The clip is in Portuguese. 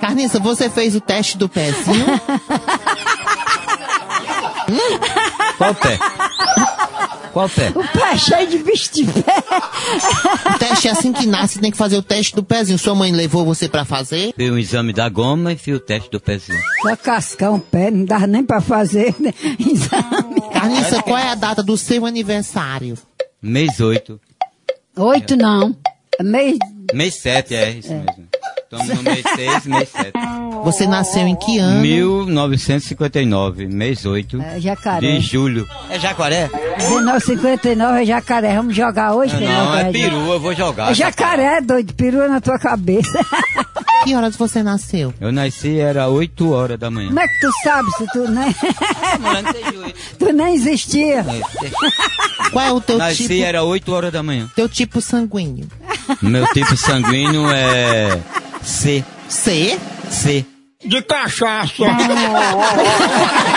Carniça, você fez o teste do pezinho? hum? Qual pé? Qual pé? O pé é cheio de bicho de pé. O teste é assim que nasce, tem que fazer o teste do pezinho. Sua mãe levou você pra fazer? Fiz o exame da goma e fiz o teste do pezinho. Só cascar um pé, não dava nem pra fazer né? exame. Carniça, qual é a data do seu aniversário? Mês 8. Oito não. Mês... Mês 7, é isso mesmo. Estamos no mês 6, mês 7. Você nasceu em que ano? 1959, mês 8 É, jacaré. de julho. É jacaré? 1959 é jacaré. Vamos jogar hoje? tem Não, jacaré? é peru, eu vou jogar. É jacaré, doido. Perua na tua cabeça. Que horas você nasceu? Eu nasci, era 8 horas da manhã. Como é que tu sabe se tu nem... tu nem existia. Qual é o teu Nasci, tipo? era 8 horas da manhã. Teu tipo sanguíneo? Meu tipo sanguíneo é C. C? C. De cachaça. Carniça,